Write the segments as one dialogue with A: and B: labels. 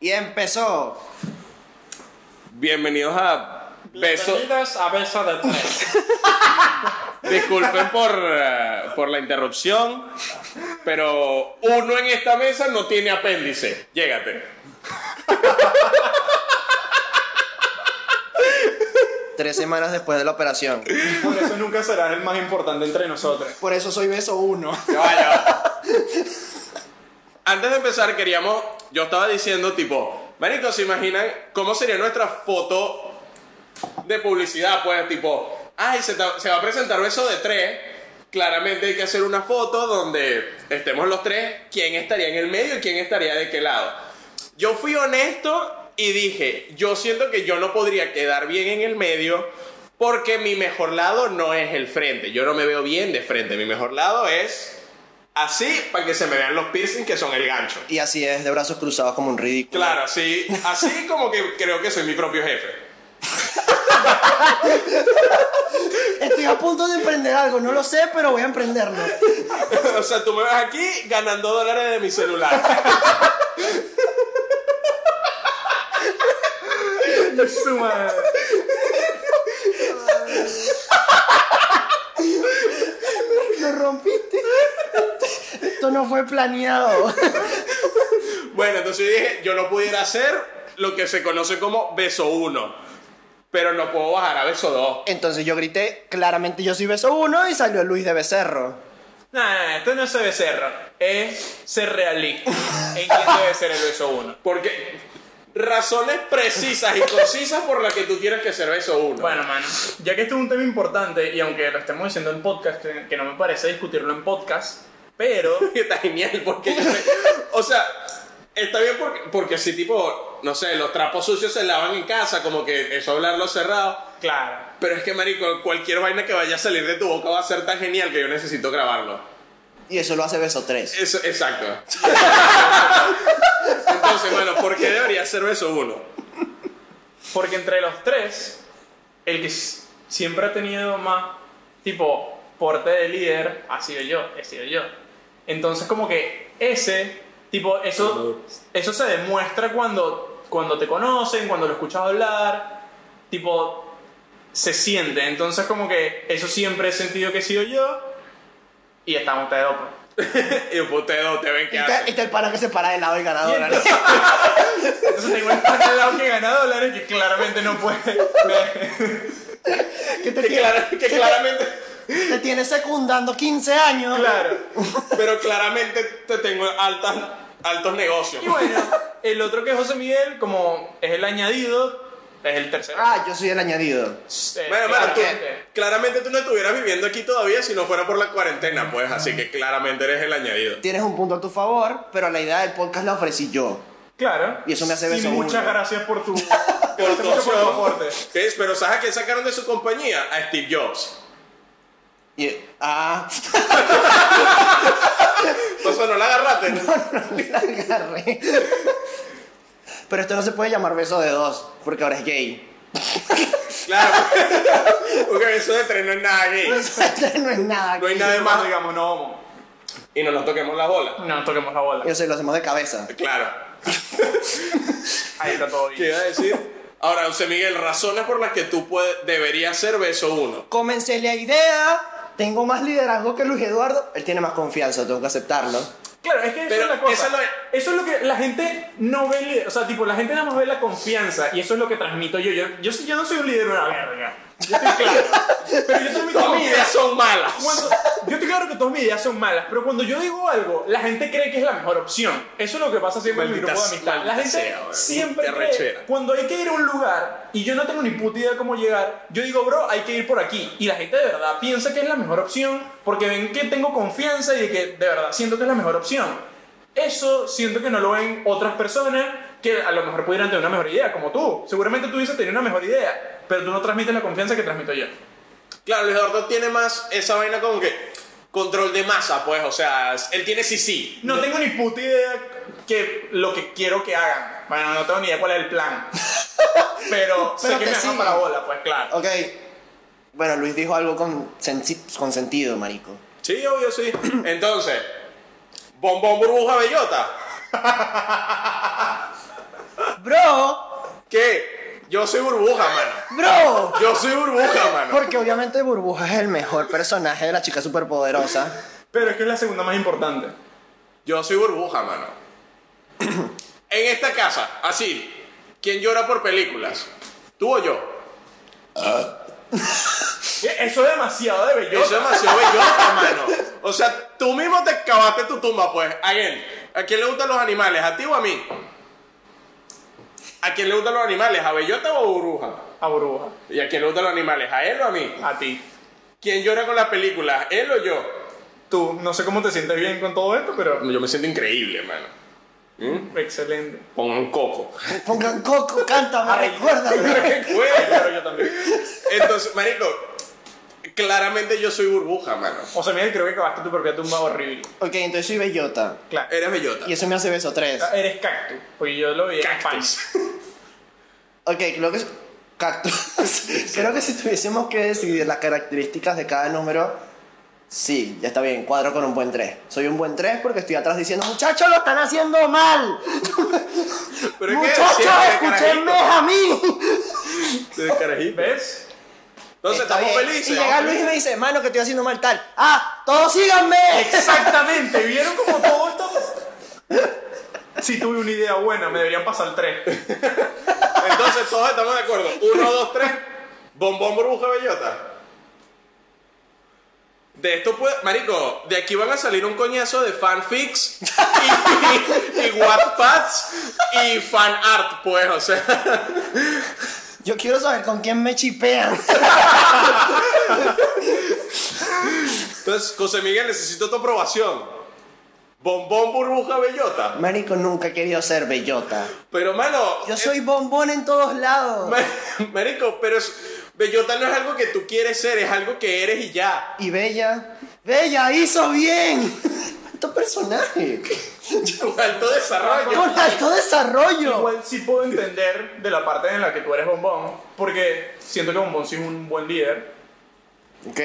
A: Y empezó.
B: Bienvenidos a Beso.
C: Bienvenidos a Beso de Tres.
B: Disculpen por, eh, por la interrupción, pero uno en esta mesa no tiene apéndice. Llégate.
A: Tres semanas después de la operación.
C: Por eso nunca serás el más importante entre nosotros.
A: Por eso soy beso uno.
B: Ya va, ya va. Antes de empezar, queríamos. Yo estaba diciendo, tipo, Marico, ¿se imaginan cómo sería nuestra foto de publicidad? Pues, tipo, ay, se, ta- se va a presentar beso de tres. Claramente hay que hacer una foto donde estemos los tres, quién estaría en el medio y quién estaría de qué lado. Yo fui honesto y dije, yo siento que yo no podría quedar bien en el medio porque mi mejor lado no es el frente. Yo no me veo bien de frente. Mi mejor lado es así para que se me vean los piercings que son el gancho.
A: Y así es, de brazos cruzados como un ridículo.
B: Claro, así, así como que creo que soy mi propio jefe.
A: Estoy a punto de emprender algo, no lo sé, pero voy a emprenderlo.
B: O sea, tú me ves aquí ganando dólares de mi celular.
C: Su madre.
A: Lo rompiste. Esto no fue planeado.
B: Bueno, entonces yo dije, yo no pudiera hacer lo que se conoce como beso 1, pero no puedo bajar a beso 2.
A: Entonces yo grité, claramente yo soy beso uno y salió Luis de Becerro.
C: Nah, esto no es becerro. Es ser realista. ¿En quién debe ser el beso uno?
B: Porque razones precisas y concisas por las que tú quieres que sea beso uno.
C: Bueno, mano, ya que esto es un tema importante y aunque lo estemos diciendo en podcast, que que no me parece discutirlo en podcast, pero
B: que está genial porque yo sé- o sea, está bien porque porque si tipo, no sé, los trapos sucios se lavan en casa, como que eso hablarlo cerrado.
C: claro,
B: Pero es que, marico, cualquier vaina que vaya a salir de tu boca va a ser tan genial que yo necesito grabarlo.
A: Y eso lo hace beso tres.
B: Eso, exacto. Entonces, bueno, ¿por qué debería ser beso uno?
C: porque entre los tres, el que s- siempre ha tenido más tipo porte de líder ha sido yo, he sido yo. Entonces como que ese tipo eso eso se demuestra cuando cuando te conocen, cuando lo escuchas hablar, tipo se siente. Entonces como que eso siempre he sentido que he sido yo y estamos ustedes dos. pues.
B: Y pues ustedes dos te ven
A: Y
B: que
A: está,
B: hacen.
A: está el pana que se para del lado del ganador.
C: Y entonces- Entonces tengo el pana al lado que gana dólares que claramente no puede.
A: Que te,
B: Que
A: tiene-
B: clara-
A: que
B: que
A: te-
B: claramente...
A: te tiene secundando 15 años.
C: claro.
B: Pero claramente te tengo altas, altos negocios.
C: Y bueno, el otro que es José Miguel, como es el añadido, es el tercero.
A: Ah, yo soy el añadido.
C: Eh,
B: Bueno, bueno, tú-
C: claramente.
B: claramente tú no estuvieras viviendo aquí todavía si no fuera por la cuarentena, pues, así que claramente eres el añadido.
A: Tienes un punto a tu favor, pero la idea del podcast la ofrecí yo.
C: Claro.
A: Y eso me hace beso
C: Y muchas
A: uno.
C: gracias por tu,
B: Por
C: gracias
B: tu
C: mucho por tu
B: opción.
C: aporte.
B: ¿Qué es? Pero ¿sabes a quién sacaron de su compañía? A Steve Jobs.
A: Y, ah,
B: Entonces Pues, no la agarraste.
A: la agarré. Pero esto no se puede llamar beso de dos, porque ahora es gay.
B: Claro. Porque eso de tren no es nada gay.
A: no es nada.
B: No hay
A: gay.
B: nada de más.
C: digamos, no homo.
B: Y no nos toquemos la bola.
C: No, toquemos la bola.
A: Yo sé, lo hacemos de cabeza.
B: Claro.
C: Ahí está todo
B: ¿Qué
C: bien.
B: iba a decir? Ahora, José Miguel, razones por las que tú puedes, deberías ser beso uno.
A: Comencé la idea. Tengo más liderazgo que Luis Eduardo. Él tiene más confianza, tengo que aceptarlo.
C: Claro, es que eso
B: Pero
C: es la cosa.
B: esa no es-
C: Eso es lo que la gente no ve, li- o sea, tipo, la gente nada más ve la confianza y eso es lo que transmito yo. Yo, yo, sí- yo no soy un líder de una verga. Yo estoy claro. Pero yo transmito
B: Todas mis
C: confianza.
B: ideas son malas.
C: Cuando- yo estoy claro que todas mis ideas son malas, pero cuando yo digo algo, la gente cree que es la mejor opción. Eso es lo que pasa siempre en mi
B: Maldita
C: grupo de amistad. La
B: maldita
C: gente
B: sea, weón.
C: siempre
B: Qué
C: cree-
B: rechera.
C: cuando hay que ir a un lugar y yo no tengo ni puta idea cómo llegar, yo digo, bro, hay que ir por aquí. Y la gente de verdad piensa que es la mejor opción porque ven que tengo confianza y de que de verdad siento que es la mejor opción. Eso siento que no lo ven otras personas que a lo mejor pudieran tener una mejor idea, como tú. Seguramente tú dices tener una mejor idea, pero tú no transmites la confianza que transmito yo.
B: Claro, Luis Eduardo tiene más esa vaina como que control de masa, pues, o sea, él tiene sí sí.
C: No tengo ni puta idea que lo que quiero que hagan. Bueno, no tengo ni idea cuál es el plan. Pero sé
A: Pero
C: que
A: te
C: me
A: siguen.
C: hagan para bola, pues claro.
A: Ok. Bueno, Luis dijo algo con, sensi- con sentido, marico.
B: Sí, obvio, sí. Entonces, bombón burbuja bellota. Yo soy burbuja, mano.
A: ¡Bro!
B: Yo soy burbuja, mano.
A: Porque obviamente Burbuja es el mejor personaje de la chica superpoderosa.
C: Pero es que es la segunda más importante.
B: Yo soy burbuja, mano. En esta casa, así, ¿quién llora por películas? ¿Tú o yo?
C: Eso es demasiado de
B: Eso es
C: belleza.
B: demasiado bellota, mano. O sea, tú mismo te cavaste tu tumba, pues. Again, ¿a quién le gustan los animales? ¿A ti o a mí? ¿A quién le gustan los animales? ¿A Bellota o a Burbuja?
C: A burbuja.
B: ¿Y a quién le gustan los animales? ¿A él o a mí?
C: A ti.
B: ¿Quién llora con las películas? ¿Él o yo?
C: Tú, no sé cómo te sientes bien con todo esto, pero
B: Yo me siento increíble, mano.
C: excelente.
B: Pongan coco.
A: Pongan coco, cántame, recuérdame.
B: Güey.
C: Pero yo también.
B: Entonces, marico, claramente yo soy burbuja, mano.
C: O sea, Miguel, creo que acabaste tu propia tumba horrible.
A: Ok, entonces soy bellota.
C: Claro.
B: Eres bellota.
A: Y eso me hace beso 3.
C: Eres cactus. Porque yo lo vi en
B: Cactus.
C: España.
A: Ok, creo que es. Cactus. Creo que si tuviésemos que decidir las características de cada número. Sí, ya está bien, cuadro con un buen 3. Soy un buen 3 porque estoy atrás diciendo, muchachos, lo están haciendo mal.
B: Pero es que
A: Muchachos,
B: siempre,
A: escúchenme
B: carajito.
A: a mí.
B: Sí, carajito.
C: ¿Ves?
B: Entonces,
A: Está
B: estamos
A: bien.
B: felices.
A: Y llega
B: estamos
A: Luis y
B: felices.
A: me dice, mano, que estoy haciendo mal tal. Ah, todos síganme.
C: Exactamente, ¿vieron como todo esto? Si tuve una idea buena, me deberían pasar tres.
B: Entonces todos estamos de acuerdo. Uno, dos, tres. Bombón, burbuja, bellota. De esto puede... Marico, de aquí van a salir un coñazo de fanfics y, y, y Wattpads y fanart, pues, o sea...
A: Yo quiero saber con quién me chipean.
B: Entonces, José Miguel, necesito tu aprobación. Bombón, burbuja, bellota.
A: Marico nunca he querido ser bellota.
B: Pero, mano...
A: Yo soy bombón en todos lados.
B: ma- Marico, pero es- bellota no es algo que tú quieres ser, es algo que eres y ya.
A: Y Bella. Bella hizo bien. Alto personaje.
B: Un alto desarrollo.
A: Con alto desarrollo.
C: Igual sí puedo entender de la parte en la que tú eres bombón, porque siento que bombón sí es un buen líder,
A: Ok.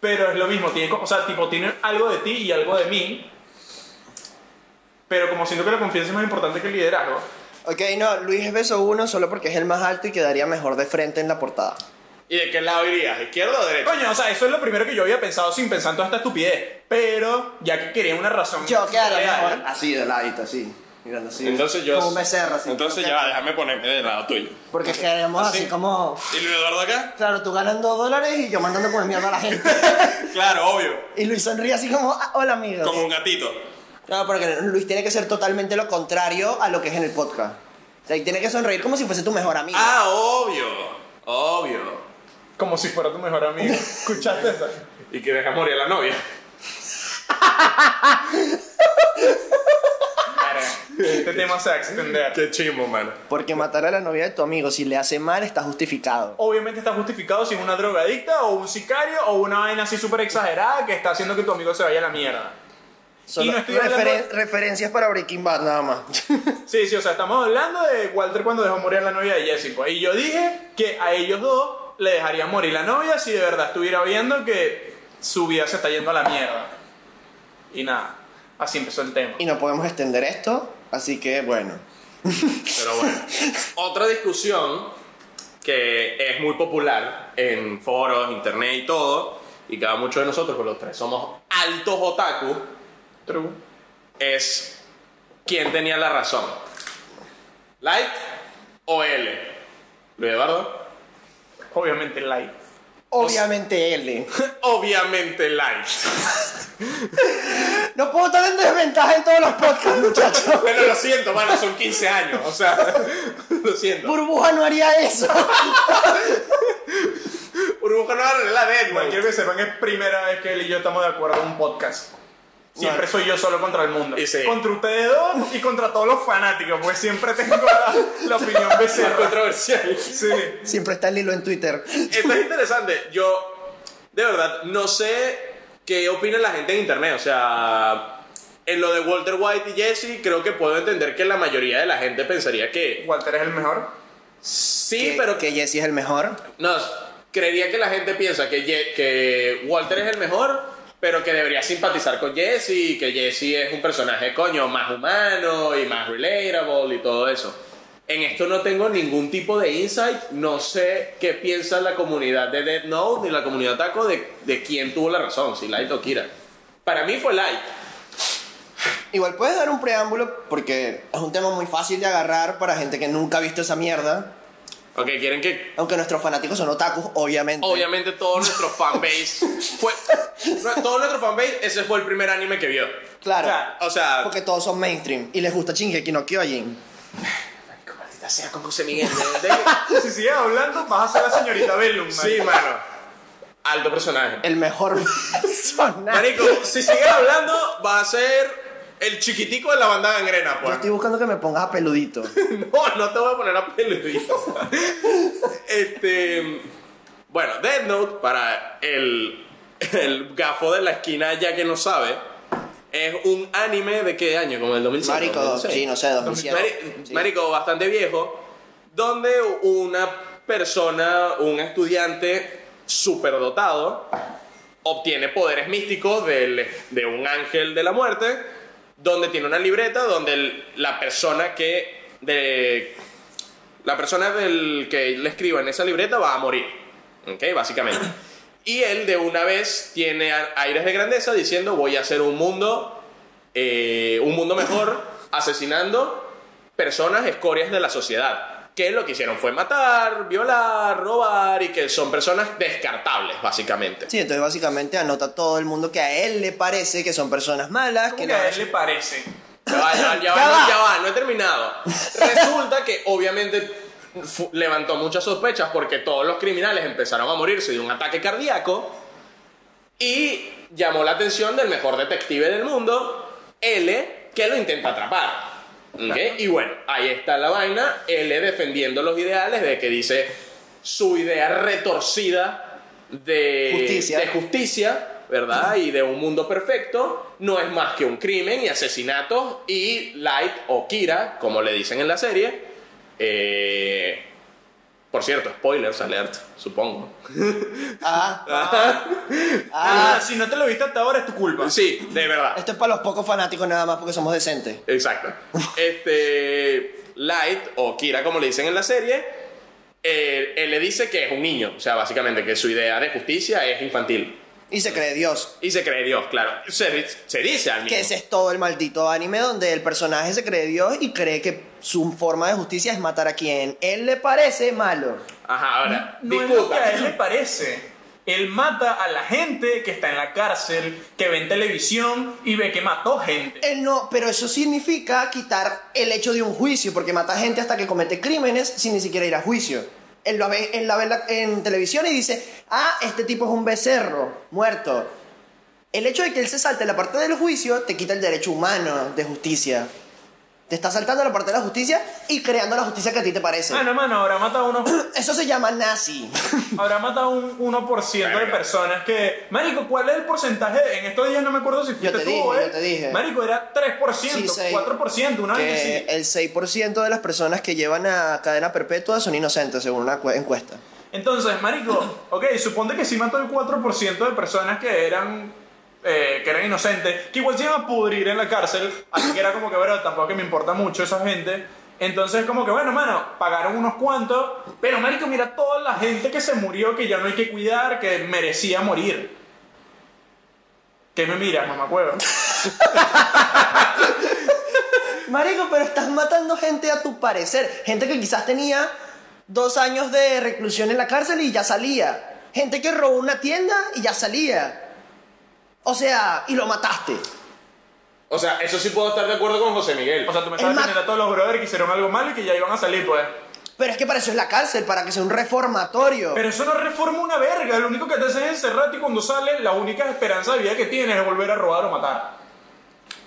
C: pero es lo mismo, tiene, co- o sea, tipo, tiene algo de ti y algo de mí, pero como siento que la confianza es más importante que el liderazgo,
A: Ok, no, Luis es beso uno solo porque es el más alto y quedaría mejor de frente en la portada.
B: ¿Y de qué lado irías? ¿Izquierdo o derecho?
C: coño, o sea, eso es lo primero que yo había pensado sin pensar en toda esta estupidez, pero ya que quería una razón.
A: Yo quedaría
C: real,
A: mejor así, de ladito, así. Mirando así.
B: Entonces yo.
A: Como un becerro, así.
B: Entonces ya, va, déjame ponerme del lado tuyo.
A: Porque queremos así
B: Así.
A: como...
B: ¿Y Luis Eduardo acá?
A: Claro, tú ganando dólares y yo mandando por mierda a la gente.
B: Claro, obvio.
A: Y Luis sonríe así como, "Ah, hola amigos.
B: Como un gatito.
A: No, porque Luis tiene que ser totalmente lo contrario a lo que es en el podcast. O sea, y tiene que sonreír como si fuese tu mejor amigo.
B: Ah, obvio. Obvio.
C: Como si fuera tu mejor amigo. ¿Escuchaste eso?
B: Y que dejas morir a la novia.
C: Este tema se va a extender.
B: Qué chimo, mano.
A: Porque matar a la novia de tu amigo si le hace mal está justificado.
C: Obviamente está justificado si es una drogadicta o un sicario o una vaina así súper exagerada que está haciendo que tu amigo se vaya a la mierda.
A: Solo
C: no estoy hablando-
A: referen- referencias para Breaking Bad nada más.
C: Sí, sí, o sea, estamos hablando de Walter cuando dejó morir a la novia de Jesse. pues. Y yo dije que a ellos dos le dejarían morir la novia si de verdad estuviera viendo que su vida se está yendo a la mierda. Y nada, así empezó el tema.
A: y no podemos extender esto, así que bueno.
B: Pero bueno. Otra discusión que es muy popular en foros, internet y todo. Y cada muchos de nosotros, pues los tres somos altos otaku,
C: True.
B: es quién tenía la razón. ¿Light o L? Luis Eduardo.
C: Obviamente like.
A: Obviamente L.
B: Obviamente light.
A: No puedo estar en desventaja en todos los podcasts, muchachos.
B: Bueno, lo siento, mano, son 15 años. O sea, lo siento.
A: Burbuja no haría eso.
B: Burbuja no agarra la de él, güey.
C: Cualquier que sepan es primera vez que él y yo estamos de acuerdo en un podcast. Siempre
A: Vale.
C: soy yo solo contra el mundo.
B: Y sí.
C: Contra ustedes dos y contra todos los fanáticos, porque siempre tengo la, la opinión
B: Es
C: becerra.
B: controversial.
C: Sí.
A: Siempre está el hilo en Twitter.
B: Esto es interesante. Yo, de verdad, no sé qué opina la gente en internet. O sea, en lo de Walter White y Jesse, creo que puedo entender que la mayoría de la gente pensaría que
C: Walter es el mejor.
B: sí,
A: Que-
B: pero
A: que Jesse es el mejor.
B: No, creería que la gente piensa que, Ye- que Walter es el mejor, pero que debería simpatizar con Jesse, que Jesse es un personaje, coño, más humano y más relatable y todo eso. En esto no tengo ningún tipo de insight, no sé qué piensa la comunidad de Dead Note ni la comunidad Taco de, de quién tuvo la razón, si Light o Kira. Para mí fue Light.
A: Igual puedes dar un preámbulo porque es un tema muy fácil de agarrar para gente que nunca ha visto esa mierda.
B: Ok, quieren que.
A: Aunque nuestros fanáticos son otakus, obviamente.
B: Obviamente todo nuestro fanbase fue. no, Todo nuestro fanbase, ese fue el primer anime que vio.
A: Claro.
C: Claro.
B: O sea.
A: Porque todos son mainstream y les gusta Shingeki no Kyojin.
B: Marico, maldita sea con José Miguel. de- de-
C: Si sigues hablando, vas a ser la señorita Bellum. marico.
B: sí, mano. Alto personaje.
A: El mejor personaje.
B: Marico, si sigues hablando, va a ser el chiquitico de la banda gangrena,
A: Yo
B: pues.
A: estoy buscando que me pongas a peludito.
B: No, no te voy a poner a peludito. este. Bueno, Death Note, para el, el gafo de la esquina ya que no sabe, es un anime de qué año, como el 2005.
A: Marico, sí, no sé, 2007.
B: Mari-
A: Sí.
B: Marico, bastante viejo, donde una persona, un estudiante superdotado, obtiene poderes místicos del- de un ángel de la muerte, donde tiene una libreta donde el- la persona que de- la persona del que le escriba en esa libreta va a morir, ¿ok? Básicamente. Y él de una vez tiene a- aires de grandeza diciendo voy a hacer un mundo, eh, un mundo mejor, asesinando personas escorias de la sociedad. Que lo que hicieron fue matar, violar, robar y que son personas descartables, básicamente.
A: Sí, entonces básicamente anota todo el mundo que a él le parece que son personas malas.
C: ¿Cómo
A: Que
C: que
A: no
C: a él le parece?
B: Ya va, ya va, ya va,
A: Ya
B: no,
A: va.
B: ya va, no he terminado. Resulta que obviamente fu- levantó muchas sospechas porque todos los criminales empezaron a morirse de un ataque cardíaco y llamó la atención del mejor detective del mundo, L, que lo intenta atrapar. ¿Ok? Y bueno, ahí está la vaina, L defendiendo los ideales de que dice su idea retorcida de
A: Justicia.
B: de justicia, ¿verdad? Y de un mundo perfecto, no es más que un crimen y asesinatos y Light o Kira, como le dicen en la serie, eh, por cierto, spoilers alert, supongo.
A: Ajá.
C: Ah,
A: Ah,
C: si no te lo viste hasta ahora es tu culpa.
B: Sí, de verdad.
A: esto es para los pocos fanáticos nada más porque somos decentes.
B: Exacto. Este Light o Kira, como le dicen en la serie, eh, él le dice que es un niño, o sea, básicamente que su idea de justicia es infantil.
A: Y se cree Dios.
B: Y se cree Dios, claro. Se, se dice al mismo.
A: Que ese es todo el maldito anime donde el personaje se cree Dios y cree que su forma de justicia es matar a quien él le parece malo.
B: Ajá, ahora,
C: No es lo que
B: disputa.
C: a él le parece. Él mata a la gente que está en la cárcel, que ve en televisión y ve que mató gente.
A: Él no, pero eso significa quitar el hecho de un juicio, porque mata gente hasta que comete crímenes sin ni siquiera ir a juicio. Él lo ve, él la ve en la- en televisión y dice, ah, este tipo es un becerro, muerto. El hecho de que él se salte la parte del juicio te quita el derecho humano de justicia. Te está saltando la parte de la justicia y creando la justicia que a ti te parece.
C: Mano, mano, Ah, habrá matado a uno,
A: Eso se llama nazi.
C: habrá matado un 1% de
B: Verga.
C: personas que. Marico, ¿cuál es el porcentaje? En estos días no me acuerdo si fuiste
A: te
C: tú,
A: dije,
C: ¿eh?
A: yo te dije.
C: Marico, era 3%,
A: Sí, seis.
C: 4%, una vez
A: que
C: así.
A: el 6% de las personas que llevan a cadena perpetua son inocentes, según una cue- encuesta.
C: Entonces, marico, ok, suponte que sí mató el 4% de personas que eran eh, que eran inocentes, que igual se iban a pudrir en la cárcel, así que era como que, bueno, tampoco que me importa mucho esa gente. Entonces, como que, bueno, mano, pagaron unos cuantos, pero marico, mira toda la gente que se murió, que ya no hay que cuidar, que merecía morir. ¿Qué me miras, mamacueva?
A: Marico, pero estás matando gente a tu parecer. Gente que quizás tenía dos años de reclusión en la cárcel y ya salía. Gente que robó una tienda y ya salía. O sea, y lo mataste.
B: O sea, eso sí puedo estar de acuerdo con José Miguel.
C: O sea, tú me
A: Es
C: estás
A: más-
C: diciendo a todos los brothers que hicieron algo malo y que ya iban a salir, pues.
A: Pero es que para eso es la cárcel, para que sea un reformatorio.
C: Pero eso no reforma una verga. Lo único que te hace es encerrarte y cuando sales, la única esperanza de vida que tienes es volver a robar o matar.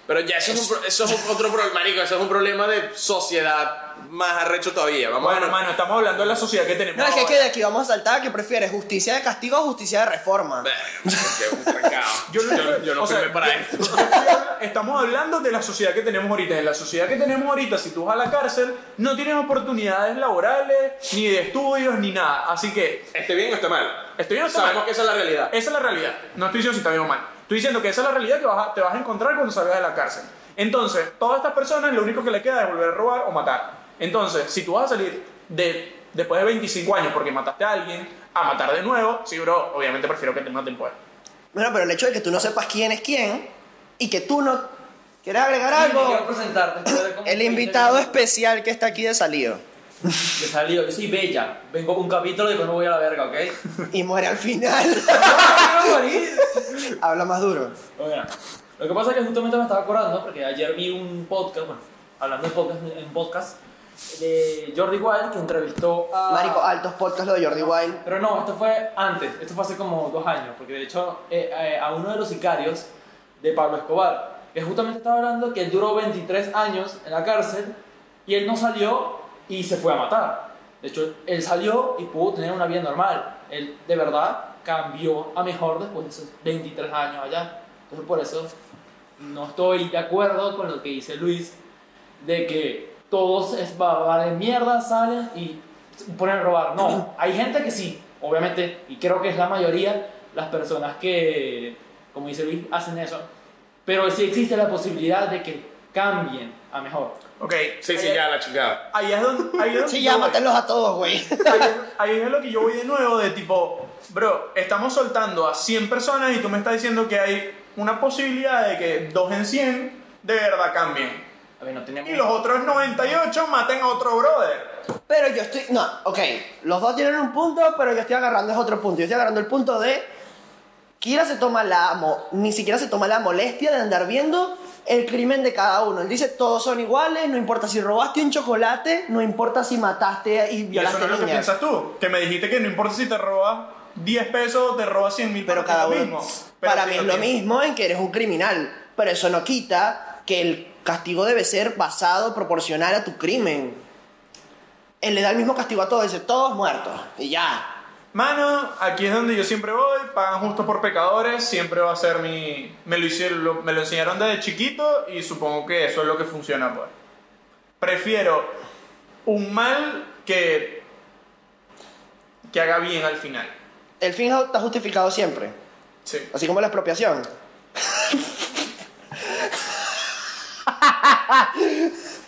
B: Pero ya eso es, un pro- eso es un- otro problema, marico, eso es un problema de sociedad más arrecho todavía. Vamos
C: Bueno,
B: a-
C: hermano, estamos hablando de la sociedad que tenemos.
A: no, es que, es que
C: ahora.
A: de aquí vamos a saltar que prefieres justicia de castigo o justicia de reforma.
B: Verga, qué un trancado.
C: Yo no,
B: yo, yo no
C: o sea,
B: firmé para
C: yo-
B: esto.
C: yo estoy habla- Estamos hablando de la sociedad que tenemos ahorita. En la sociedad que tenemos ahorita, si tú vas a la cárcel, no tienes oportunidades laborales, ni de estudios, ni nada. Así que,
B: ¿Esté bien o está mal?
C: Estoy bien o está
B: Sabemos
C: mal.
B: que esa es la realidad.
C: esa es la realidad. No estoy diciendo si está bien o mal. Estoy diciendo que esa es la realidad que vas a- te vas a encontrar cuando salgas de la cárcel. Entonces, todas estas personas lo único que le queda es volver a robar o matar. Entonces, si tú vas a salir de, después de 25 años porque mataste a alguien, a matar de nuevo, sí, bro, obviamente prefiero que te maten pues.
A: Bueno, pero el hecho de que tú no sepas quién es quién y que tú no... ¿Quieres agregar
D: Sí, te
A: algo?
D: quiero presentarte. joder, ¿cómo
A: El
D: te-
A: invitado
D: te-
A: especial que está aquí de salido.
D: Yo salí, yo soy bella. Vengo un capítulo y después me voy a la verga, ¿ok?
A: Y muere al final.
D: ¡No, quiero morir!
A: Habla más duro.
D: Bueno, lo que pasa es que justamente me estaba acordando, porque ayer vi un podcast, bueno, hablando de podcast, en podcast, de Jordi Wild que entrevistó a...
A: Marico, altos podcasts lo de Jordi Wild.
D: Pero no, esto fue antes, esto fue hace como dos años, porque de hecho eh, eh, a uno de los sicarios de Pablo Escobar, que justamente estaba hablando que él duró 23 años en la cárcel y él no salió y se fue a matar. De hecho, él salió y pudo tener una vida normal. Él de verdad cambió a mejor después de esos 23 años allá. Entonces por eso no estoy de acuerdo con lo que dice Luis de que todos es babada de mierda, salen y se ponen a robar. No, hay gente que sí, obviamente, y creo que es la mayoría las personas que, como dice Luis, hacen eso. Pero sí existe la posibilidad de que cambien a mejor.
C: Ok,
B: Sí, sí, ya, la chingada.
C: ahí es donde... Ahí es donde
A: Sí,
C: yo
A: ya,
C: voy.
A: mátenlos a todos, güey.
C: ahí, es- ahí es lo que yo voy de nuevo de tipo, bro, estamos soltando a 100 personas y tú me estás diciendo que hay una posibilidad de que 2 en 100 de verdad cambien.
D: A ver, no tenemos...
C: Y los otros 98 maten a otro brother.
A: Pero yo estoy. No, ok. Los dos tienen un punto, pero yo estoy agarrando es otro punto. Yo estoy agarrando el punto de. Kira se toma la. mo- ni siquiera se toma la molestia de andar viendo el crimen de cada uno. Él dice: todos son iguales, no importa si robaste un chocolate, no importa si mataste y
C: Y eso
A: violaste
C: no es lo que
A: niñas.
C: piensas tú. Que me dijiste que no importa si te robas 10 pesos o te robas 100 mil
A: pero
C: para ti
A: cada
C: es lo
A: uno.
C: mismo. Pero
A: Para
C: sí,
A: mí es lo
C: mismo.
A: mismo en que eres un criminal. Pero eso no quita que el castigo debe ser basado, proporcional a tu crimen. Él le da el mismo castigo a todos, dice: todos muertos. Y ya.
C: Mano, aquí es donde yo siempre voy, pagan justo por pecadores, siempre va a ser mi... Me lo, hicieron, lo- me lo enseñaron desde chiquito y supongo que eso es lo que funciona, pues. Prefiero un mal que... que haga bien al final.
A: El fin está justificado siempre,
C: Sí.
A: así como la expropiación.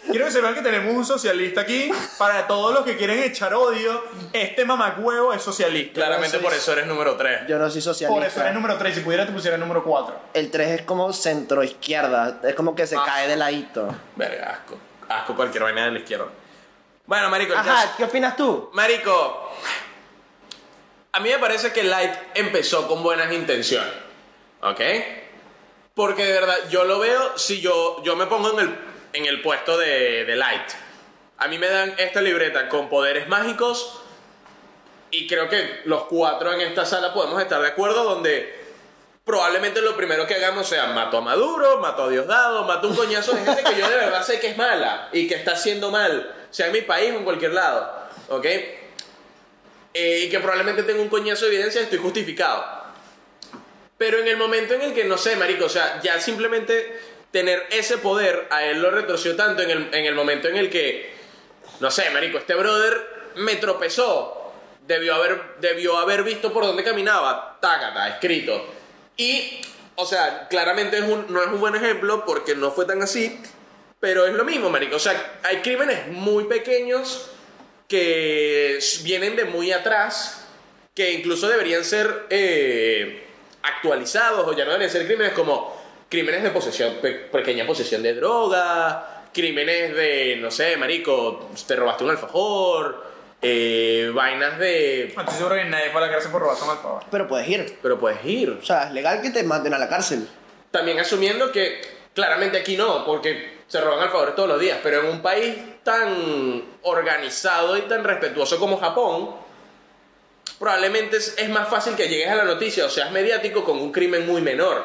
C: Quiero que sepan que tenemos un socialista aquí. Para todos los que quieren echar odio, este mamacuevo es socialista.
B: Claramente
A: no soy-
B: por eso eres número 3.
A: Yo no soy socialista.
C: Por eso eres número 3, si pudiera te pusiera el número 4.
A: El 3 es como centro izquierda, es como que se
B: Ah.
A: cae de ladito.
B: Verga, asco. Asco cualquier vaina de la izquierda. Bueno, marico, el caso-
A: Ajá, ¿qué opinas tú?
B: Marico, a mí me parece que Light empezó con buenas intenciones, ¿ok? Porque de verdad, yo lo veo si yo, yo me pongo en el, en el puesto de, de Light. A mí me dan esta libreta con poderes mágicos y creo que los cuatro en esta sala podemos estar de acuerdo donde probablemente lo primero que hagamos sea mato a Maduro, mato a Diosdado, mato a un coñazo de gente que yo de verdad sé que es mala y que está haciendo mal, sea en mi país o en cualquier lado, ¿ok? Eh, y que probablemente tenga un coñazo de evidencia estoy justificado. Pero en el momento en el que, no sé, marico, o sea, ya simplemente tener ese poder a él lo retorció tanto en el, en el momento en el que, no sé, marico, este brother me tropezó. Debió haber, debió haber visto por dónde caminaba. Tácata, escrito. Y, o sea, claramente es un- no es un buen ejemplo porque no fue tan así. Pero es lo mismo, marico. O sea, hay crímenes muy pequeños que s- vienen de muy atrás, que incluso deberían ser eh, actualizados o ya no deberían ser crímenes como crímenes de posesión, pe- pequeña posesión de droga, crímenes de, no sé, marico, te robaste un alfajor, eh, vainas de...
C: Estoy seguro que nadie fue a la cárcel por robar un alfajor.
A: Pero puedes ir.
B: Pero puedes ir.
A: O sea, es legal que te manden a la cárcel.
B: También asumiendo que claramente aquí no, porque se roban alfajores todos los días, pero en un país tan organizado y tan respetuoso como Japón, probablemente es, es más fácil que llegues a la noticia o seas mediático con un crimen muy menor.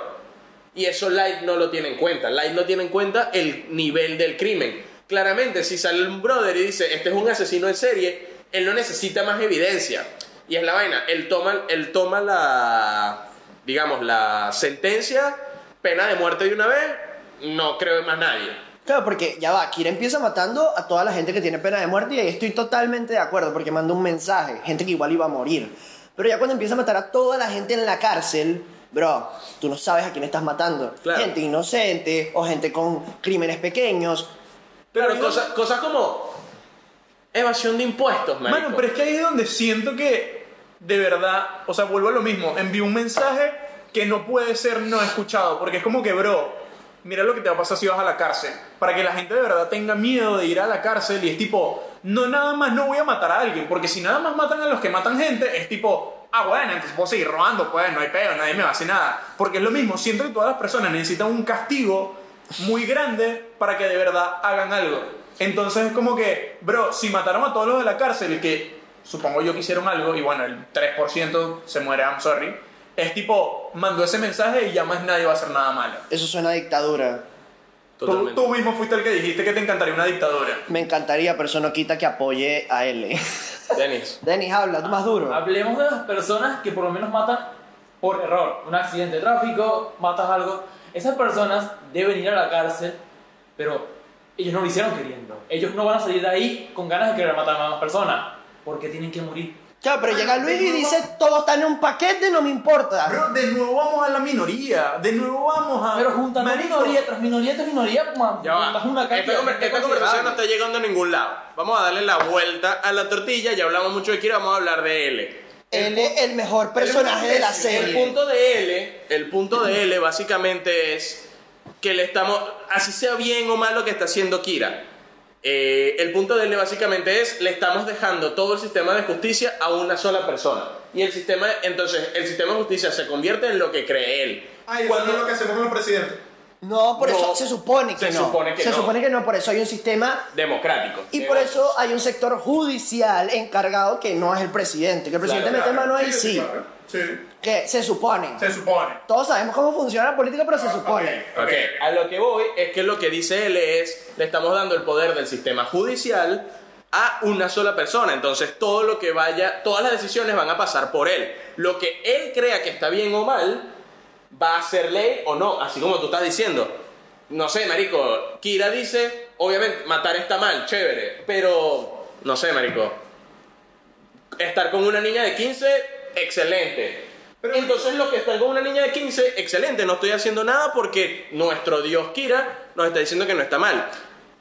B: Y eso Light no lo tiene en cuenta. Light no tiene en cuenta el nivel del crimen. Claramente, si sale un brother y dice, este es un asesino en serie, él no necesita más evidencia. Y es la vaina. Él toma, él toma la, digamos, la sentencia, pena de muerte de una vez, no creo en más nadie.
A: Claro, porque ya va, Kira empieza matando a toda la gente que tiene pena de muerte y ahí estoy totalmente de acuerdo porque manda un mensaje, gente que igual iba a morir. Pero ya cuando empieza a matar a toda la gente en la cárcel, bro, tú no sabes a quién estás matando.
B: Claro.
A: Gente inocente o gente con crímenes pequeños.
B: Pero cosas, cosas como Evasión de impuestos, marico.
C: Mano, pero es que ahí es donde siento que de verdad, o sea, vuelvo a lo mismo, envío un mensaje que no puede ser no escuchado, porque es como que, bro, mira lo que te va a pasar si vas a la cárcel, para que la gente de verdad tenga miedo de ir a la cárcel y es tipo, no nada más no voy a matar a alguien, porque si nada más matan a los que matan gente, es tipo, ah, bueno, entonces puedo seguir robando, pues no hay pedo, nadie me va a hacer nada, porque es lo mismo, siento que todas las personas necesitan un castigo muy grande para que de verdad hagan algo. Entonces es como que, bro, si mataron a todos los de la cárcel, que supongo yo que hicieron algo, y bueno, el 3% se muere, I'm sorry, es tipo, mandó ese mensaje y ya más nadie va a hacer nada malo.
A: Eso suena a dictadura.
C: Tú,
B: Totalmente.
C: tú mismo fuiste el que dijiste que te encantaría una dictadura.
A: Me encantaría, pero eso no quita que apoye a L.
B: Denis.
A: Denis, habla, tú más
B: Ah,
A: duro.
D: Hablemos de las personas que por lo menos matan por error. Un accidente de tráfico, matas algo. Esas personas deben ir a la cárcel, pero ellos no lo hicieron queriendo. Ellos no van a salir de ahí con ganas de querer matar a más personas, porque tienen que morir.
A: Ya, pero llega Luis y dice, todo está en un paquete, no me importa.
C: Bro, de nuevo vamos a la minoría, de nuevo vamos a...
D: Pero juntan
C: Marico,
D: minoría tras minoría tras minoría, man,
B: Ya va.
D: juntas una
B: Esta,
D: cantidad
B: conver- esta
D: considerable.
B: conversación no está llegando a ningún lado. Vamos a darle la vuelta a la tortilla. Ya hablamos mucho de Kira, vamos a hablar de L.
A: L es el mejor personaje de la
B: El
A: serie.
B: punto de L, el punto de L básicamente es que le estamos, así sea bien o mal lo que está haciendo Kira. eh, el punto de L básicamente es le estamos dejando todo el sistema de justicia a una sola persona. Y el sistema, entonces, el sistema de justicia se convierte en lo que cree él.
E: Ay, eso
B: Cuando-
E: no es lo que hacemos con los presidentes.
A: No, por
B: No.
A: eso se supone que
B: Se
A: no.
B: supone que
A: se
B: no. Eh,
A: supone que no, por eso hay un sistema
B: democrático.
A: y por eso hay un sector judicial encargado que no es el presidente. Que el presidente mete mano ahí, sí.
E: claro. Sí,
A: Que se supone.
E: se supone.
A: Todos sabemos cómo funciona la política, pero se supone.
E: Ok.
B: Ok, a lo que voy es que lo que dice él es, le estamos dando el poder del sistema judicial a una sola persona, entonces todo lo que vaya, todas las decisiones van a pasar por él. Lo que él crea que está bien o mal, va a ser ley o no, así como tú estás diciendo. No sé, Marico, Kira dice, obviamente, matar está mal, chévere, pero, no sé, Marico, estar con una niña de 15, excelente.
E: Pero-
B: Entonces lo que estar con una niña de 15, excelente, no estoy haciendo nada porque nuestro Dios Kira nos está diciendo que no está mal.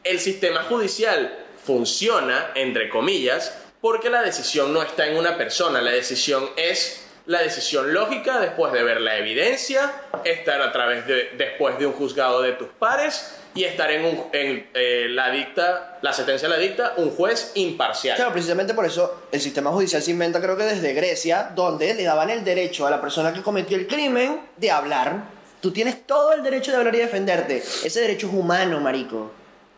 B: El sistema judicial funciona, entre comillas, porque la decisión no está en una persona, la decisión es la decisión lógica después de ver la evidencia, estar a través de, después de un juzgado de tus pares y estar en, un- en, eh, la dicta, la sentencia la dicta un juez imparcial.
A: Claro, precisamente por eso el sistema judicial se inventa creo que desde Grecia, donde le daban el derecho a la persona que cometió el crimen de hablar. Tú tienes todo el derecho de hablar y defenderte. Ese derecho es humano, marico.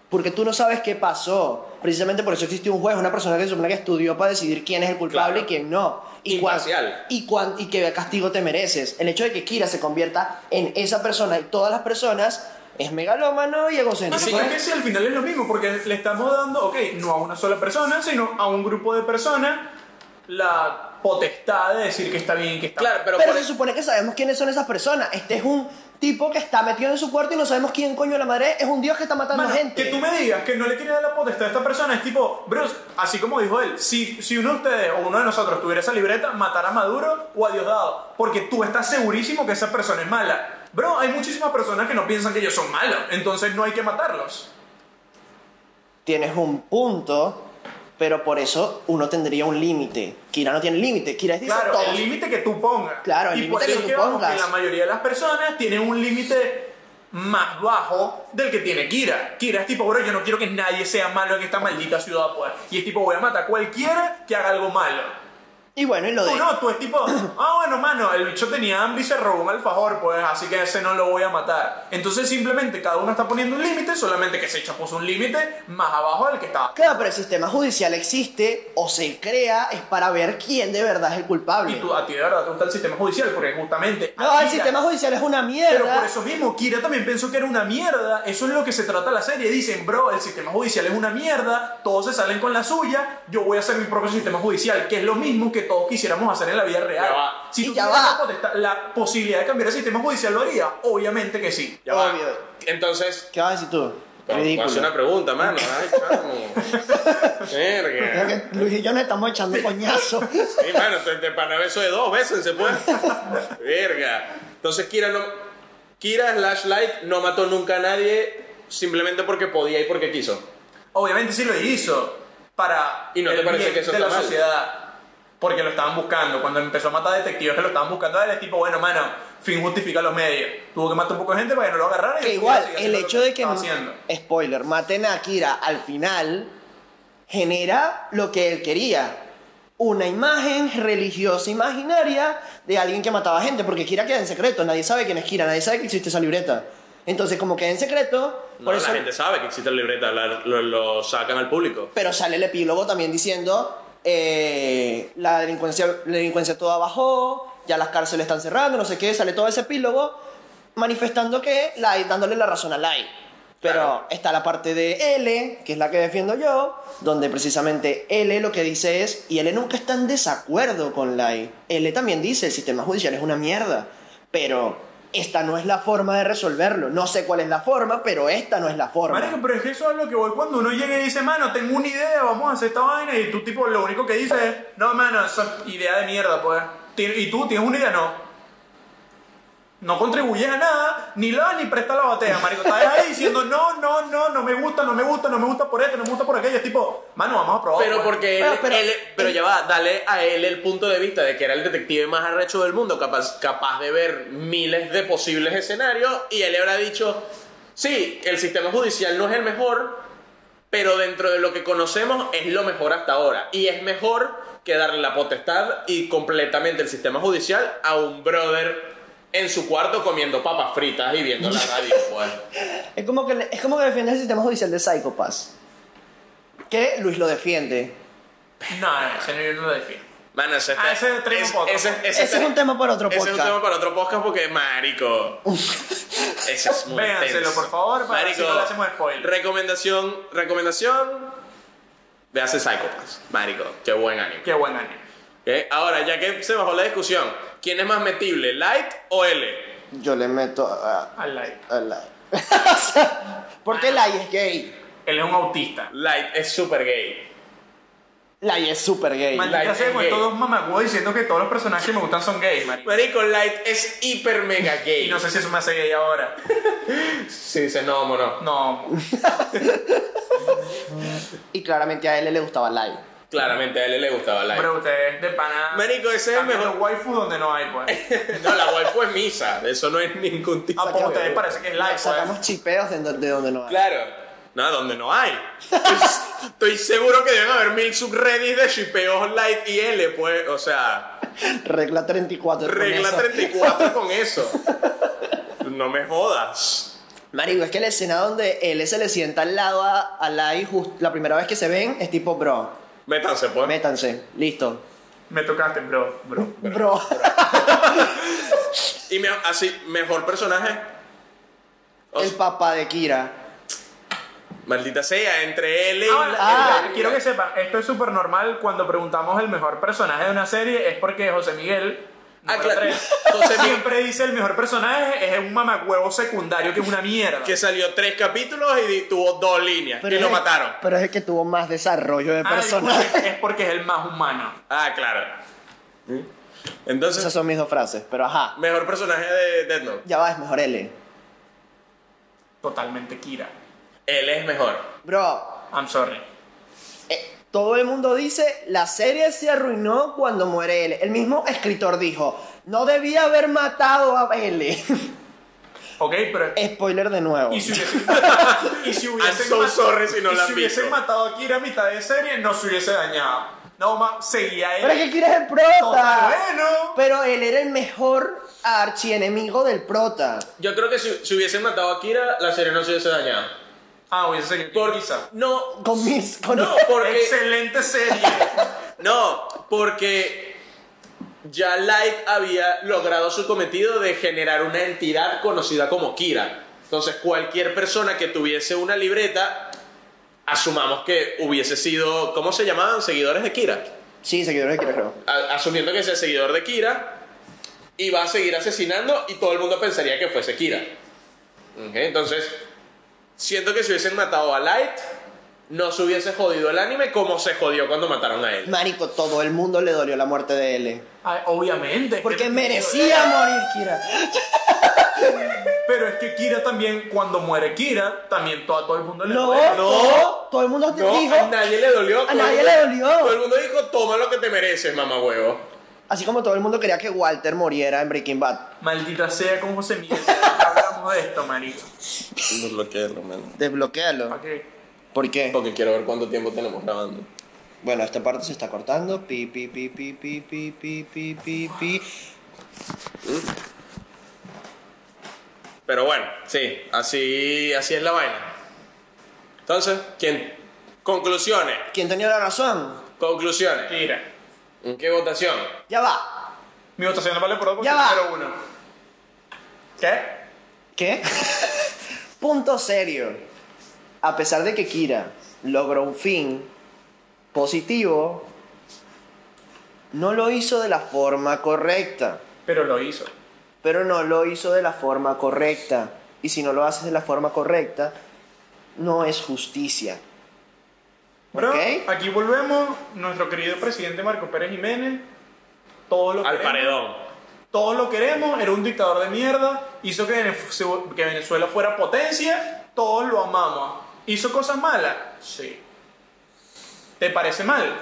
A: Porque tú no sabes qué pasó. Precisamente por eso existió un juez, una persona que se supone que estudió para decidir quién es el culpable
B: Claro.
A: y quién no. Y cuán-
B: Imparcial.
A: y, cuán- y qué castigo te mereces. El hecho de que Kira se convierta en esa persona y todas las personas es megalómano y
C: Mano,
A: egocéntrico.
C: pero es que sí, al final es lo mismo, porque le estamos dando, ok, no a una sola persona, sino a un grupo de personas la potestad de decir que está bien y que está
B: Claro, pero,
A: Pero
B: por-
C: e-
A: se supone que sabemos quiénes son esas personas. Este es un tipo que está metido en su cuarto y no sabemos quién coño la madre es. Es un dios que está matando
C: Mano,
A: a gente.
C: Que tú me digas que no le quieres dar la potestad a esta persona es tipo, Bruce, así como dijo él, si, si uno de ustedes o uno de nosotros tuviera esa libreta, matar a Maduro o a Diosdado, porque tú estás segurísimo que esa persona es mala. Bro, hay muchísimas personas que no piensan que ellos son malos, entonces no hay que matarlos.
A: Tienes un punto, pero por eso uno tendría un límite. Kira no tiene límite. Kira dice
C: Claro,
A: todo.
C: el límite que tú pongas.
A: Claro, el
C: y por
A: límite que
C: eso
A: tú
C: es vamos,
A: pongas.
C: que la mayoría de las personas tienen un límite más bajo del que tiene Kira. Kira es tipo, bro, yo no quiero que nadie sea malo en esta maldita ciudad, pues. Y es tipo, voy a matar a cualquiera que haga algo malo.
A: Y bueno, y lo de...
C: Tú no, tú es tipo, ah, bueno, mano, el bicho tenía hambre y se robó un alfajor, pues, así que ese no lo voy a matar. Entonces, simplemente cada uno está poniendo un límite, solamente que se echa puso un límite más abajo del que estaba.
A: Claro, pero el sistema judicial existe o se crea es para ver quién de verdad es el
C: Y
A: culpable.
C: tú, a ti de verdad te gusta el sistema judicial, porque justamente. a
A: No, el
C: Kira-
A: sistema judicial es una mierda.
C: Pero por eso mismo, Kira también pensó que era una mierda. Eso es lo que se trata la serie. Dicen, bro, el sistema judicial es una mierda. Todos se salen con la suya. Yo voy a hacer mi propio sistema judicial, que es lo mismo que todos quisiéramos hacer en la vida real.
B: Ya va.
C: Si
A: Y
C: tú
A: ya
C: tuvieras
A: va.
C: la, potestad- la posibilidad de cambiar el sistema judicial, ¿lo haría? Obviamente que sí.
B: ya va.
A: Obvio.
B: Entonces,
A: ¿Qué vas a decir tú?
B: Pero, Hace una
A: Ridículo.
B: pregunta, mano. Ay, chamo.
A: Creo
B: Verga.
A: que Luis y yo nos estamos echando coñazo.
B: Sí, mano, te, te para beso de dos, bésense, pues. Verga. Entonces, Kira no. Kira slash Light no mató nunca a nadie simplemente porque podía y porque quiso.
C: Obviamente sí lo hizo. para
B: ¿Y no te
C: el
B: parece
C: bien
B: que eso
C: de
B: está
C: la
B: mal?
C: sociedad. Porque lo estaban buscando. Cuando empezó a matar detectives que lo estaban buscando, a él es tipo, bueno, mano, fin justifica los medios. Tuvo que matar un poco de gente para que no lo agarraran. y
A: Que
C: el
A: igual,
C: tipo sigue
A: el
C: haciendo lo
A: hecho de que.
C: estaba haciendo.
A: Spoiler, maten a Akira al final genera lo que él quería. Una imagen religiosa imaginaria de alguien que mataba gente, porque Kira queda en secreto, nadie sabe quién es Kira, nadie sabe que existe esa libreta. Entonces, como queda en secreto,
B: No,
A: por
B: la
A: eso.
B: gente sabe que existe la libreta, la- lo, lo sacan al público.
A: Pero sale el epílogo también diciendo eh, la delincuencia, la delincuencia toda bajó, ya las cárceles están cerrando, no sé qué, sale todo ese epílogo manifestando que Light, dándole la razón a Light. Pero
B: Claro.
A: está la parte de L, que es la que defiendo yo, donde precisamente L lo que dice es, y L nunca está en desacuerdo con Light. L también dice, el sistema judicial es una mierda, pero esta no es la forma de resolverlo. No sé cuál es la forma, pero esta no es la forma.
C: Marico, pero es que eso es lo que voy cuando uno llega y dice, mano, tengo una idea, vamos a hacer esta vaina, y tú tipo lo único que dices es, no, mano, esa es idea de mierda, pues. Ti- Y tú tienes una idea, no. No contribuyes a nada, ni la ni presta la batea, marico. Estás ahí diciendo, no, no, no, no me gusta, no me gusta, no me gusta por esto, no me gusta por aquello. Es tipo, mano, vamos a probar.
B: Pero
C: pues".
B: porque él,
A: Bueno, pero-
B: él- pero ya va, dale a él el punto de vista de que era el detective más arrecho del mundo, capaz, capaz de ver miles de posibles escenarios, y él le habrá dicho, sí, el sistema judicial no es el mejor, pero dentro de lo que conocemos es lo mejor hasta ahora, y es mejor que darle la potestad y completamente el sistema judicial a un brother en su cuarto comiendo papas fritas y viendo la radio, pues.
A: Es como que, es como que defiende el sistema judicial de Psychopass. Que Luis lo defiende.
C: No, no, ese no, no lo defino.
B: Mano, ese,
C: Ah, ese es tremendo podcast.
B: ese-
A: Ese es un tema para otro
B: ese es un
A: podcast.
B: tema para otro podcast porque, marico. ese es muy
C: Véanselo,
B: tenso.
C: por favor, para
B: Marico,
C: así no le hacemos spoiler.
B: Recomendación, recomendación. Véase Psychopaths, marico. Qué buen anime.
C: Qué buen anime.
B: Ok, Ahora, ya que se bajó la discusión, ¿quién es más metible, Light o L?
A: Yo le meto a,
C: Al like.
A: a Lai. O sea, Porque Lai es gay.
C: Él es un autista.
B: Light es super gay.
A: Lai es súper gay.
C: Maldita
B: Light
C: sea
B: es
C: con
B: gay.
C: estos dos mamagüeyes diciendo que todos los personajes que me gustan son gays, marico.
B: Marico, Light es hiper mega gay.
C: Y no sé si eso me hace gay ahora.
B: si dices no, mono.
C: No,
A: Y claramente a él le gustaba Lai.
B: Claramente a L le gustaba Light.
C: hombre, ustedes de pana.
B: Marico, ese es el
C: están
B: mejor.
C: viendo waifu donde no hay, pues.
B: No, la waifu es misa. De eso no hay ningún tipo
C: Ah, pues
A: Saca-
C: ustedes parece que es live,
A: Sacamos
C: pues.
A: chipeos de, donde- de donde no hay.
B: Claro. No, donde no hay. Estoy- Estoy seguro que deben haber mil subreddits de shipeos light y L, pues. O sea,
A: Regla 34. con
B: regla
A: eso.
B: 34 con eso. No me jodas.
A: Marico, es que la escena donde él se le sienta al lado a, a Lai just- la primera vez que se ven es tipo, bro,
B: Métanse, pues.
A: métanse. Listo.
C: Me tocaste, bro, bro.
A: Bro.
B: y me- así, mejor personaje. O
A: El
B: sea,
A: papá de Kira.
B: maldita sea, entre L y.
C: Ahora,
A: Ah.
C: eh, quiero que sepan, esto es súper normal cuando preguntamos el mejor personaje de una serie, es porque José Miguel.
B: Ah,
C: número
B: claro.
C: tres,
B: José Miguel-
C: siempre dice el mejor personaje es un mamagüevo secundario que es una mierda.
B: Que salió tres capítulos y di- tuvo dos líneas. y
A: es
B: lo
A: el-
B: mataron.
A: Pero es el que tuvo más desarrollo de
C: Ah,
A: personaje.
C: disculpe, es porque es el más humano.
B: Ah, claro. ¿Mm? Entonces,
A: Esas son mis dos frases, pero ajá.
B: mejor personaje de Death Note.
A: Ya va, es mejor L.
C: Totalmente Kira.
B: Él es mejor.
A: Bro,
C: I'm sorry.
A: eh, todo el mundo dice, la serie se arruinó cuando muere L. El mismo escritor dijo, no debía haber matado a L.
C: Ok, pero
A: Spoiler de nuevo.
C: Y si hubiesen, y si
B: I'm
C: hubiesen
B: so
C: matado,
B: sorry si no
C: y
B: la
C: si
B: han
C: hubiesen
B: visto.
C: matado a Kira a mitad de serie, no se hubiese dañado. No, ma, seguía él.
A: Pero es que Kira es el
C: Total,
A: prota.
C: bueno.
A: Pero él era el mejor archienemigo del prota.
B: Yo creo que si, si hubiesen matado a Kira, la serie no se hubiese dañado.
C: Ah, hubiese seguido
B: Por-
C: con Lisa.
B: no,
A: Con mis... Con
B: no, porque,
C: Excelente serie.
B: no, porque ya Light había logrado su cometido de generar una entidad conocida como Kira. Entonces, cualquier persona que tuviese una libreta, asumamos que hubiese sido, ¿cómo se llamaban? Seguidores de Kira.
A: Sí, seguidores de Kira, creo.
B: A- asumiendo que sea seguidor de Kira, y va a seguir asesinando y todo el mundo pensaría que fuese Kira. Ok, Entonces, siento que si hubiesen matado a Light, no se hubiese jodido el anime como se jodió cuando mataron a él.
A: Marico, todo el mundo le dolió la muerte de L.
C: Ay, Ah, obviamente.
A: Porque merecía morir Kira.
C: Pero es que Kira también, cuando muere Kira, también todo, todo el mundo le
A: No,
C: duele.
A: todo, todo el mundo te
B: No,
A: dijo.
B: a nadie le dolió. todo el
A: nadie
B: mundo-
A: le dolió.
B: Todo el mundo dijo, toma lo que te mereces, mamá huevo.
A: Así como todo el mundo quería que Walter muriera en Breaking Bad.
C: Maldita sea con José Miguel. Hablamos de esto, marico.
B: Desbloquearlo, man.
A: Desbloquéalo.
C: ¿Para qué?
A: ¿Por qué?
B: Porque quiero ver cuánto tiempo tenemos grabando.
A: Bueno, esta parte se está cortando. Pi, pi, pi, pi, pi, pi, pi, pi, pi, pi.
B: Pero bueno, sí, así, así es la vaina. Entonces, ¿quién? Conclusiones,
A: ¿Quién tenía la razón?
B: conclusiones.
C: Kira.
B: ¿En qué votación?
A: Ya va.
C: Mi votación no vale por dos porque
A: Ya
C: es
A: va.
C: número uno. ¿Qué?
A: ¿Qué? Punto serio. A pesar de que Kira logró un fin positivo, no lo hizo de la forma correcta.
C: Pero lo hizo.
A: pero no lo hizo de la forma correcta. Y si no lo haces de la forma correcta, no es justicia.
C: Bro,
A: ¿Ok?
C: aquí volvemos. Nuestro querido presidente Marco Pérez Jiménez. Todo lo
B: Al
C: queremos.
B: paredón.
C: Todos lo queremos, era un dictador de mierda, hizo que Venez- que Venezuela fuera potencia, todos lo amamos. ¿Hizo cosas malas? Sí. ¿Te parece mal?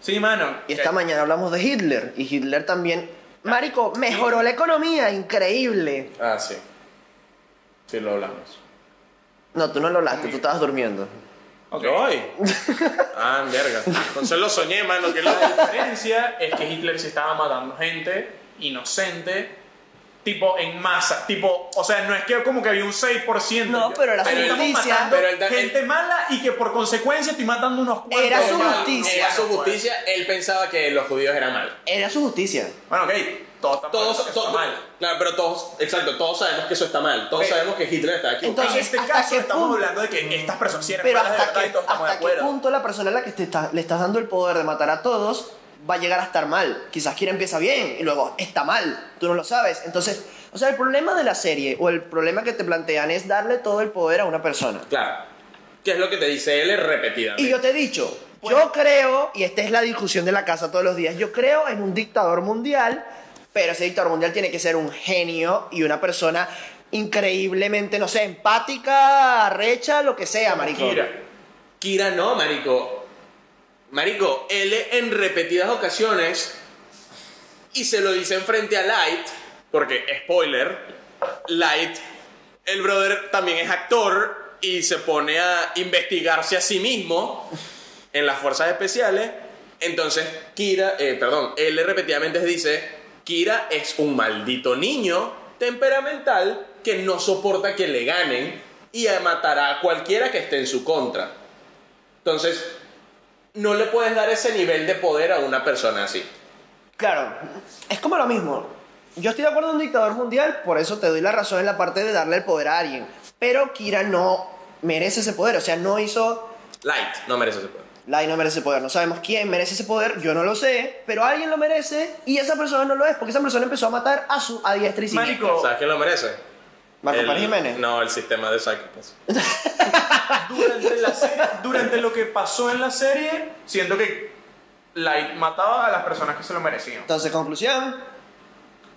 C: Sí, mano.
A: Y esta mañana hablamos de Hitler. Y Hitler también, Marico, mejoró la economía, increíble.
B: Ah, sí. Sí, lo hablamos.
A: No, tú no lo hablaste, tú estabas durmiendo.
C: Ok.
B: ¿Yo hoy? ah, verga. Entonces lo soñé, mano, que lo...
C: La diferencia es que Hitler se estaba matando gente inocente, tipo en masa, tipo, o sea, no es que como que había un 6%.
A: No, pero era
C: estamos
A: justicia.
C: matando
B: Pero el da-
C: gente mala y que por consecuencia estoy matando unos cuantos.
A: Era su
C: malos.
A: justicia.
B: Era su justicia, él pensaba que los judíos eran mal.
A: Era su justicia.
C: Bueno, ok, todos estamos
B: Todos,
C: está
B: todos-
C: mal.
B: Claro, pero todos, exacto, todos sabemos que eso está mal. Todos
C: Pero-
B: sabemos que Hitler está equivocado.
A: Entonces,
C: en este
A: ¿hasta
C: caso
A: qué
C: estamos
A: punto?
C: hablando de que estas personas sí eran
A: Pero
C: malas de
A: hasta
C: verdad
A: qué,
C: y todos estamos de
A: hasta qué
C: acuerdo.
A: punto la persona a la que te está- le estás dando el poder de matar a todos va a llegar a estar mal. Quizás Kira empieza bien y luego está mal. Tú no lo sabes. Entonces, o sea, el problema de la serie o el problema que te plantean es darle todo el poder a una persona.
B: Claro. ¿Qué es lo que te dice él repetidamente?
A: Y yo te he dicho, yo creo, y esta es la discusión de la casa todos los días, yo creo en un dictador mundial, pero ese dictador mundial tiene que ser un genio y una persona increíblemente, no sé, empática, recha, lo que sea, marico.
C: Mira,
B: Kira no, marico. Marico, él en repetidas ocasiones y se lo dicen frente a Light, porque spoiler, Light, el brother también es actor y se pone a investigarse a sí mismo en las fuerzas especiales. Entonces, Kira, eh, perdón, él repetidamente dice, Kira es un maldito niño temperamental que no soporta que le ganen y matará a cualquiera que esté en su contra. Entonces, no le puedes dar ese nivel de poder a una persona así.
A: Claro, es como lo mismo. Yo estoy de acuerdo en un dictador mundial, por eso te doy la razón en la parte de darle el poder a alguien. Pero Kira no merece ese poder, o sea, no hizo...
B: Light no merece ese poder.
A: Lai no merece poder, no sabemos quién merece ese poder, yo no lo sé, pero alguien lo merece y esa persona no lo es, porque esa persona empezó a matar a su a diestra y siniestra.
C: Marico,
B: ¿Sabes quién lo merece?
A: Marco
B: El-
A: Pérez Jiménez.
B: No, el sistema de pues. Psychopaths.
C: durante, la serie, durante lo que pasó en la serie, siento que Light mataba a las personas que se lo merecían.
A: Entonces, conclusión,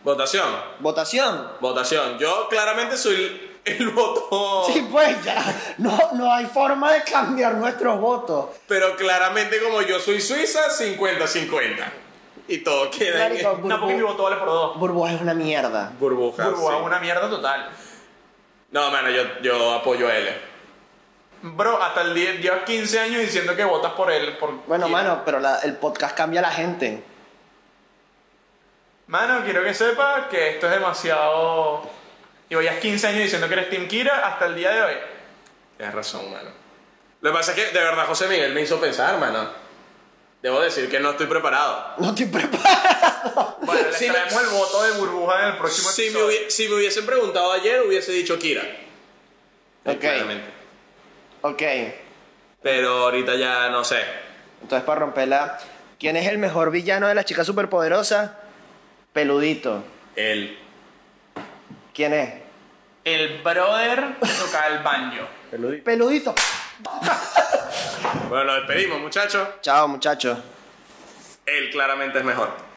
B: Votación.
A: votación.
B: Votación. Yo claramente soy el, el voto.
A: Sí, pues ya, no, no hay forma de cambiar nuestros votos.
B: Pero claramente, como yo soy suiza, 50-50. Y todo queda en.
A: Marico,
C: No, porque mi
A: burbu-
C: voto vale por dos.
A: Burbuja es una mierda.
B: burbuja.
C: Burbuja,
B: sí.
C: una mierda total.
B: No, mano, yo, yo apoyo a él.
C: Bro, hasta el 10, llevas 15 años diciendo que votas por él. Por
A: Bueno,
C: Kira.
A: mano, pero la- el podcast cambia a la gente.
C: Mano, quiero que sepas que esto es demasiado. Y llevas 15 años diciendo que eres Team Kira hasta el día de hoy.
B: Tienes razón, mano. Lo que pasa es que, de verdad, José Miguel me hizo pensar, mano. Debo decir que no estoy preparado.
A: No estoy preparado.
C: Bueno, les
B: Si me-
C: traemos el voto de burbuja en el próximo
B: Si me,
C: episodio.
B: hubie- si me hubiesen preguntado ayer, hubiese dicho Kira.
A: Ok.
B: Claramente.
A: Ok,
B: Pero ahorita ya no sé.
A: entonces para romperla, ¿quién es el mejor villano de la chica superpoderosa? Peludito.
B: Él.
A: ¿Quién es?
C: El brother toca el baño.
A: Peludito.
B: Bueno, nos despedimos, muchachos.
A: Chao, muchachos.
B: Él claramente es mejor.